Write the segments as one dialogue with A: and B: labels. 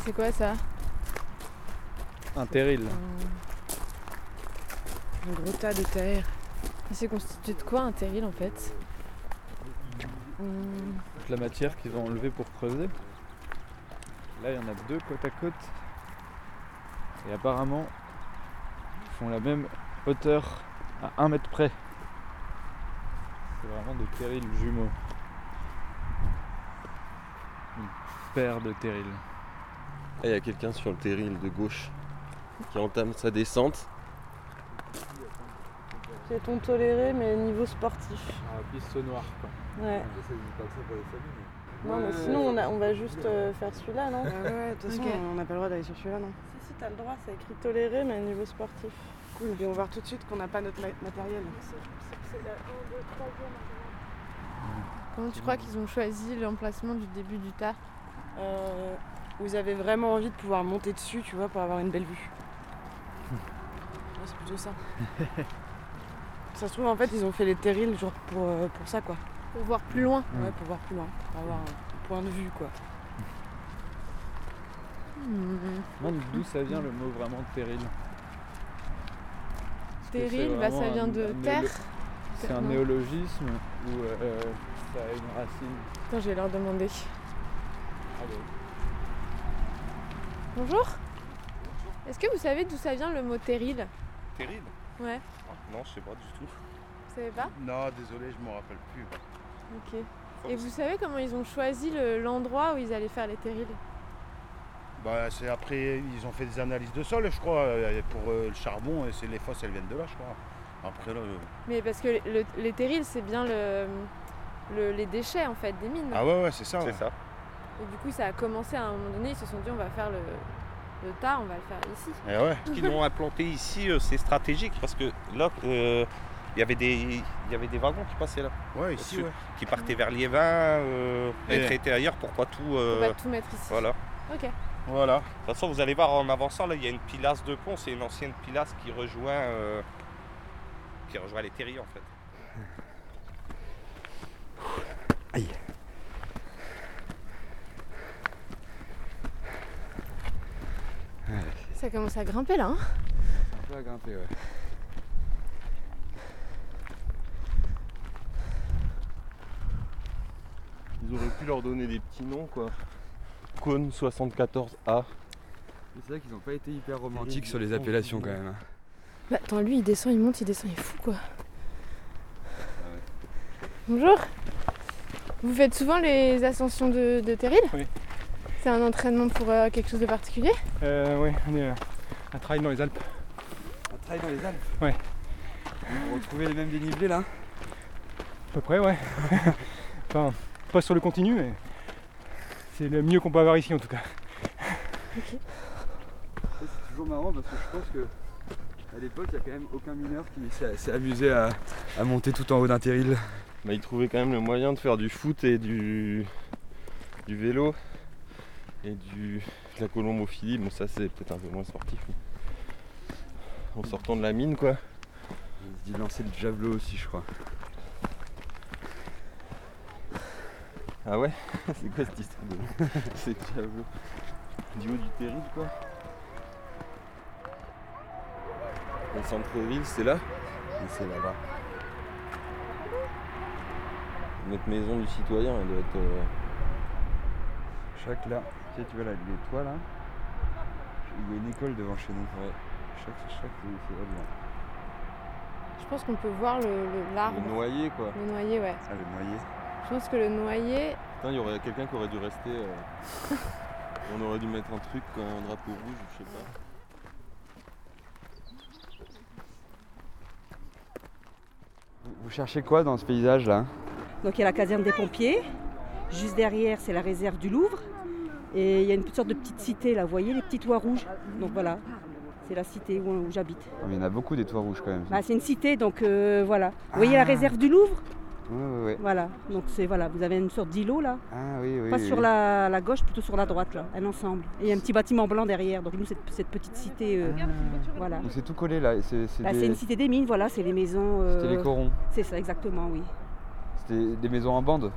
A: C'est quoi ça
B: Un terril.
A: Un... un gros tas de terre. Et c'est constitué de quoi un terril en fait Hum,
B: Toute la matière qu'ils ont enlevée pour creuser. Là, il y en a deux côte à côte. Et apparemment, ils font la même hauteur à 1 mètre près. C'est vraiment des terrils jumeaux. Une paire de terrils.
C: Ah, il y a quelqu'un sur le terril de gauche qui entame sa descente.
D: Piéton toléré, mais niveau sportif.
B: piste noire, quoi.
D: Ouais. Non, mais sinon, on, a- on va juste euh, faire celui-là, non
E: Ouais, ouais, ouais, de toute façon,
A: Ok.
E: on n'a pas le droit d'aller sur celui-là, non
D: Si, si, t'as le droit, c'est écrit toléré, mais niveau sportif.
E: Cool, mais on va voir tout de suite qu'on n'a pas notre ma- matériel.
A: Comment tu crois qu'ils ont choisi l'emplacement du début du tas
E: Euh, vous avez vraiment envie de pouvoir monter dessus, tu vois, pour avoir une belle vue. Ouais, c'est plutôt ça. ça se trouve, en fait, ils ont fait les terrils genre pour, euh, pour ça, quoi.
A: Pour voir plus loin
B: Mm.
E: Ouais, pour voir plus loin, pour avoir un point de vue, quoi.
A: Hmm.
B: Je me demande d'où ça vient le mot vraiment terril. Est-ce que c'est
A: Terril, bah, ça
B: vraiment
A: vient
B: un-
A: de
B: un
A: terre.
B: néolo- C'est un
A: Non.
B: néologisme ou euh, ça a une racine.
A: Attends, je vais leur demander. Bonjour Est-ce que vous savez d'où ça vient le mot terril
F: Terrible Ah,
A: Ouais.
F: Non, je sais pas du tout.
A: Vous savez pas
F: Non, désolé, je m'en rappelle plus.
A: Ok. Et vous savez comment ils ont choisi le- l'endroit où ils allaient faire les terrils
F: Bah, c'est après, ils ont fait des analyses de sol, je crois, euh, pour euh, le charbon, et c'est les fosses, elles viennent de là, je crois. Après, là, euh,
A: Mais parce que le- les terrils, c'est bien le, le- les déchets en fait des mines.
F: Ah ouais, ouais, c'est ça. ouais.
G: ça.
A: Et du coup, ça a commencé à un moment donné, ils se sont dit on va faire le, le tas, on va le faire ici.
F: Eh ouais.
G: Ce qu'ils ont implanté ici, euh, c'est stratégique parce que là, euh, il y avait des, il y avait des wagons qui passaient là,
F: Ouais, ici,
G: Sur-
F: ouais.
G: qui partaient vers Liévin, euh,
F: Et-
G: être traités ailleurs pour pas tout.
A: On
G: euh,
A: va tout mettre ici.
G: voilà.
A: Ok.
F: Voilà.
G: De toute façon, vous allez voir en avançant, là, il y a une pilasse de pont. C'est une ancienne pilasse qui rejoint, euh, qui rejoint les terriers en fait.
A: Ça commence à grimper là. hein.
B: C'est un peu à grimper, ouais.
C: Ils auraient pu leur donner des petits noms, quoi. Cône 74A.
H: C'est vrai qu'ils n'ont pas été hyper romantiques sur les appellations quand même. hein.
A: Bah, attends, lui, il descend, il monte, il descend, il est fou quoi. Bonjour. Vous faites souvent les ascensions de, de terrils
I: Oui.
A: C'est un entraînement pour euh, quelque chose de particulier
I: Euh, ouais, on est euh, à Trail dans les Alpes.
H: On travaille dans les Alpes
I: Ouais.
H: On retrouvait les mêmes dénivelés là
I: À peu près, ouais. enfin, pas sur le continu, mais c'est le mieux qu'on peut avoir ici en tout cas.
H: Ça, C'est toujours marrant parce que je pense que à l'époque, il n'y a quand même aucun mineur qui s'est s'est amusé à, à monter tout en haut d'un terril.
C: Bah, ils trouvaient quand même le moyen de faire du foot et du, du vélo et du, de la colombophilie. Bon, ça, c'est peut-être un peu moins sportif. mais En sortant de la mine, quoi.
H: On se dit lancer le javelot aussi, je crois.
C: Ah ouais C'est quoi cette histoire de. c'est diable. Du haut du terrible quoi. Le centre-ville c'est là Et c'est là-bas. Notre maison du citoyen elle doit être. euh,
H: Chaque là, tu sais, tu vois là, les toits là, il y a une école devant chez nous.
C: Ouais.
H: Chaque, chaque, c'est- hein. c'est là.
A: Je pense qu'on peut voir le- le- l'arbre.
C: Le noyer quoi.
A: Le noyer, ouais.
H: Ah, le noyer.
A: Je pense que le noyer,
C: Putain, il y aurait quelqu'un qui aurait dû rester. euh, On aurait dû mettre un truc, quoi, un drapeau rouge, je sais pas.
H: Vous- Vous cherchez quoi dans ce paysage là
J: Donc il y a la caserne des pompiers, juste derrière c'est la réserve du Louvre, et il y a une sorte de petite cité là, vous voyez les petits toits rouges. Donc voilà, c'est la cité où, où j'habite.
H: Oh, mais Il y en a beaucoup des toits rouges quand même.
J: Bah, c'est une cité, donc euh, voilà. Vous voyez la
H: Ah.
J: réserve du Louvre
H: Ouais, ouais, ouais.
J: Voilà, donc c'est voilà, vous avez une sorte d'îlot là,
H: Ah oui, oui.
J: pas
H: oui,
J: sur
H: oui.
J: la, la gauche, plutôt sur la droite là, un ensemble. Et il y a un petit bâtiment blanc derrière, donc nous cette, cette petite cité, euh, voilà.
H: Ah. Donc c'est tout collé là. C'est c'est
J: Là,
H: des-
J: Bah, c'est une cité des mines, voilà, c'est les maisons.
H: c'était
J: euh,
H: les corons.
J: c'est ça, exactement, oui.
H: C'était des maisons en bande.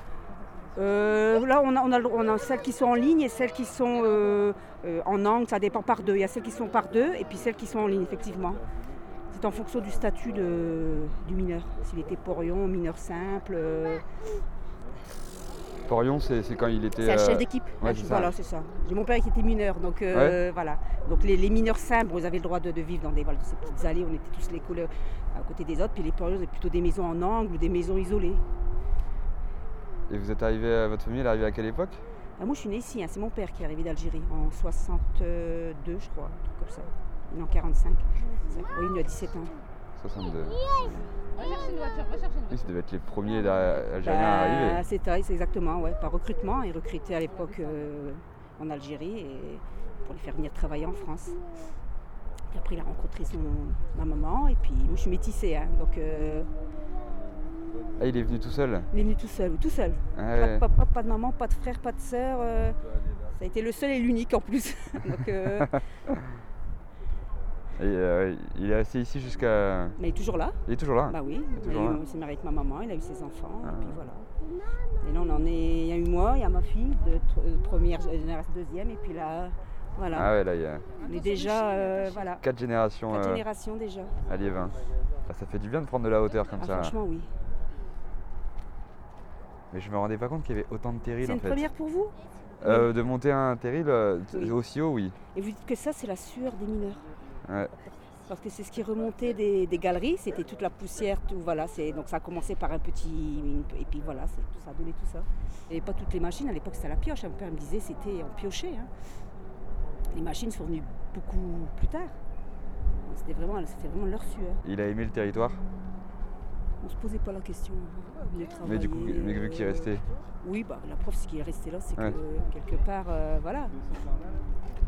J: Euh, là, on a, on, a, on a celles qui sont en ligne et celles qui sont euh, euh, en angle, ça dépend par deux. Il y a celles qui sont par deux et puis celles qui sont en ligne, effectivement. C'est en fonction du statut de- du mineur. S'il était porion, mineur simple. euh,
H: Porion, c'est c'est quand il était.
J: c'est un
H: euh,
J: chef d'équipe.
H: Ouais,
J: Un
H: c'est
J: chef-
H: ça.
J: voilà, c'est ça. J'ai mon père qui était mineur, donc euh, voilà. Donc les, les mineurs simples, vous avez le droit de, de vivre dans des, voilà, ces petites allées. On était tous les couleurs à côté des autres. Puis les porions, c'est plutôt des maisons en angle ou des maisons isolées.
H: Et vous êtes arrivé, euh, votre famille, elle est arrivée à quelle époque
J: Ah, moi, je suis née ici. hein. C'est mon père qui est arrivé d'Algérie en 62, je crois, un truc comme ça. Il est en 45. Ça- Oui, il a 17 ans.
H: 62.
K: Recherche une voiture, recherche une
H: Oui, ça devait être les premiers d'A- Algériens à
J: Bah,
H: arriver.
J: C'est ça, c'est exactement, ouais, par recrutement. Ils recrutaient à l'époque euh, en Algérie et pour les faire venir travailler en France. Puis après, il a rencontré son, ma maman et puis moi, je suis métissée, hein, donc euh,
H: Ah, il est venu tout seul Ah,
J: il est venu tout seul, tout seul. Pas de
H: Ouais.
J: papa, pas de maman, pas de frère, pas de sœur. euh, ça a été le seul et l'unique en plus. donc, euh,
H: Et euh, il est resté ici jusqu'à.
J: mais il est toujours là.
H: Il est toujours là
J: Bah oui,
H: Il est
J: il, a
H: toujours
J: eu-
H: là.
J: il s'est marié avec ma maman, il a eu ses enfants,
H: Ah.
J: et puis voilà. Et là, on en est. Il y a eu moi, il y a ma fille, de tr- euh, première génération, deuxième, et puis là, voilà.
H: Ah ouais, là, il y a
J: On est déjà, euh, voilà.
H: quatre générations.
J: Quatre
H: euh,
J: générations déjà.
H: à Liévin. Ah, ça fait du bien de prendre de la hauteur comme
J: Ah,
H: ça.
J: franchement, oui.
H: Mais je me rendais pas compte qu'il y avait autant de terrils
J: C'est
H: en
J: une
H: fait.
J: première pour vous
H: Euh, de monter un terril euh, t-
J: Oui.
H: aussi haut, oui.
J: Et vous dites que ça, c'est la sueur des mineurs.
H: Ouais.
J: Parce que c'est ce qui remontait des, des galeries, c'était toute la poussière, tout, voilà, c'est, donc ça a commencé par un petit. une- et puis voilà, c'est, tout ça a donné tout ça. Et pas toutes les machines, à l'époque c'était à la pioche, mon père me disait c'était en piochait. hein. Les machines sont venues beaucoup plus tard. Donc C'était vraiment, c'était vraiment leur sueur.
H: Il a aimé le territoire,
J: On se posait pas la question. hein, Il
H: mais du coup,
J: travaillait,
H: mais vu qu'il
J: euh,
H: restait.
J: Oui, bah, la preuve, c'est qu'il est resté là, c'est
H: Ouais.
J: que quelque part, euh, voilà.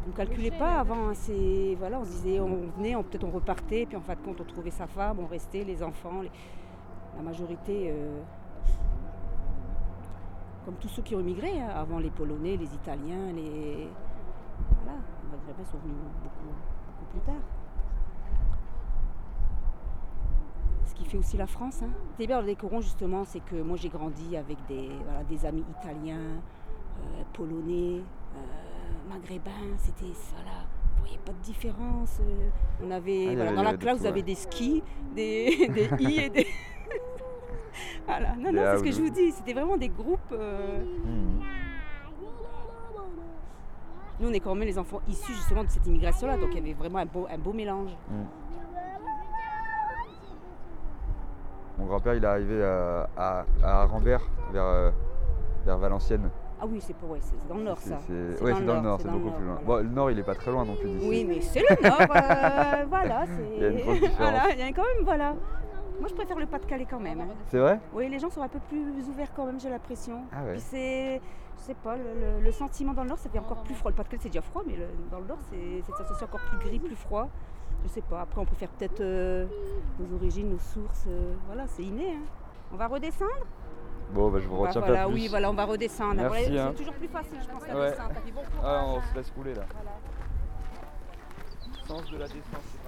J: On ne calculait pas avant, hein, c'est, voilà, on se disait, on venait, on, peut-être on repartait, puis en fin de compte, on trouvait sa femme, on restait, les enfants, les- la majorité, euh, comme tous ceux qui ont immigré, hein, avant les Polonais, les Italiens, les... Voilà, les Maghrébins sont venus beaucoup, beaucoup plus tard. ce qui fait aussi la France. Hein. C'est bien des corons justement, c'est que moi j'ai grandi avec des, voilà, des amis italiens, euh, polonais, euh, maghrébins, c'était voilà. Vous voyez pas de différence. euh. On
K: Ah,
J: avait,
K: il y
J: voilà,
K: avait- il
J: dans
K: y
J: la
K: avait de
J: classe,
K: tout,
J: vous avez
K: ouais.
J: des skis, des, des i et des. voilà. Ah Non,
K: Des
J: non, c'est ce que
K: houses.
J: je vous dis. C'était vraiment des groupes. euh,
H: Hmm.
J: Nous, on est quand même les enfants issus justement de cette immigration-là, donc il y avait vraiment un beau, un beau mélange.
H: Mon grand-père, il est arrivé euh, à, à Rambert, vers, euh, vers Valenciennes.
J: Ah oui, c'est pas, ouais, c'est c'est dans le nord,
H: C'est-
J: ça.
H: c'est- ouais, c'est dans le nord, c'est
J: dans le
H: beaucoup
J: nord,
H: plus loin.
J: voilà.
H: Bon, le nord, il est pas très loin non plus d'ici.
J: Oui, mais c'est le Nord, euh, voilà, c'est.
H: Il y a une grosse différence.
J: voilà, il y a quand même, voilà. Moi, je préfère le Pas-de-Calais quand même. hein.
H: C'est vrai
J: Oui, les gens sont un peu plus ouverts quand même, j'ai l'impression.
H: Ah ouais.
J: Puis c'est, je sais pas, le, le- le sentiment dans le Nord, ça fait encore plus froid. Le Pas-de-Calais, c'est déjà froid, mais le- dans le Nord, c'est cette sensation encore plus gris, plus froid. Je sais pas. Après, on préfère peut-être euh, nos origines, nos sources. euh, voilà, c'est inné. hein. On va redescendre
H: Bon, bah, je vous
J: Bah,
H: retiens
J: voilà,
H: pas plus.
J: Oui, voilà, on va redescendre.
H: Merci,
J: Voilà,
H: hein.
J: C'est toujours plus facile, je pense, la
H: Ouais. Ah,
J: descente. T'as dit bon courage,
B: Ah,
J: hein.
B: on se laisse couler là.
H: Sens de la descente.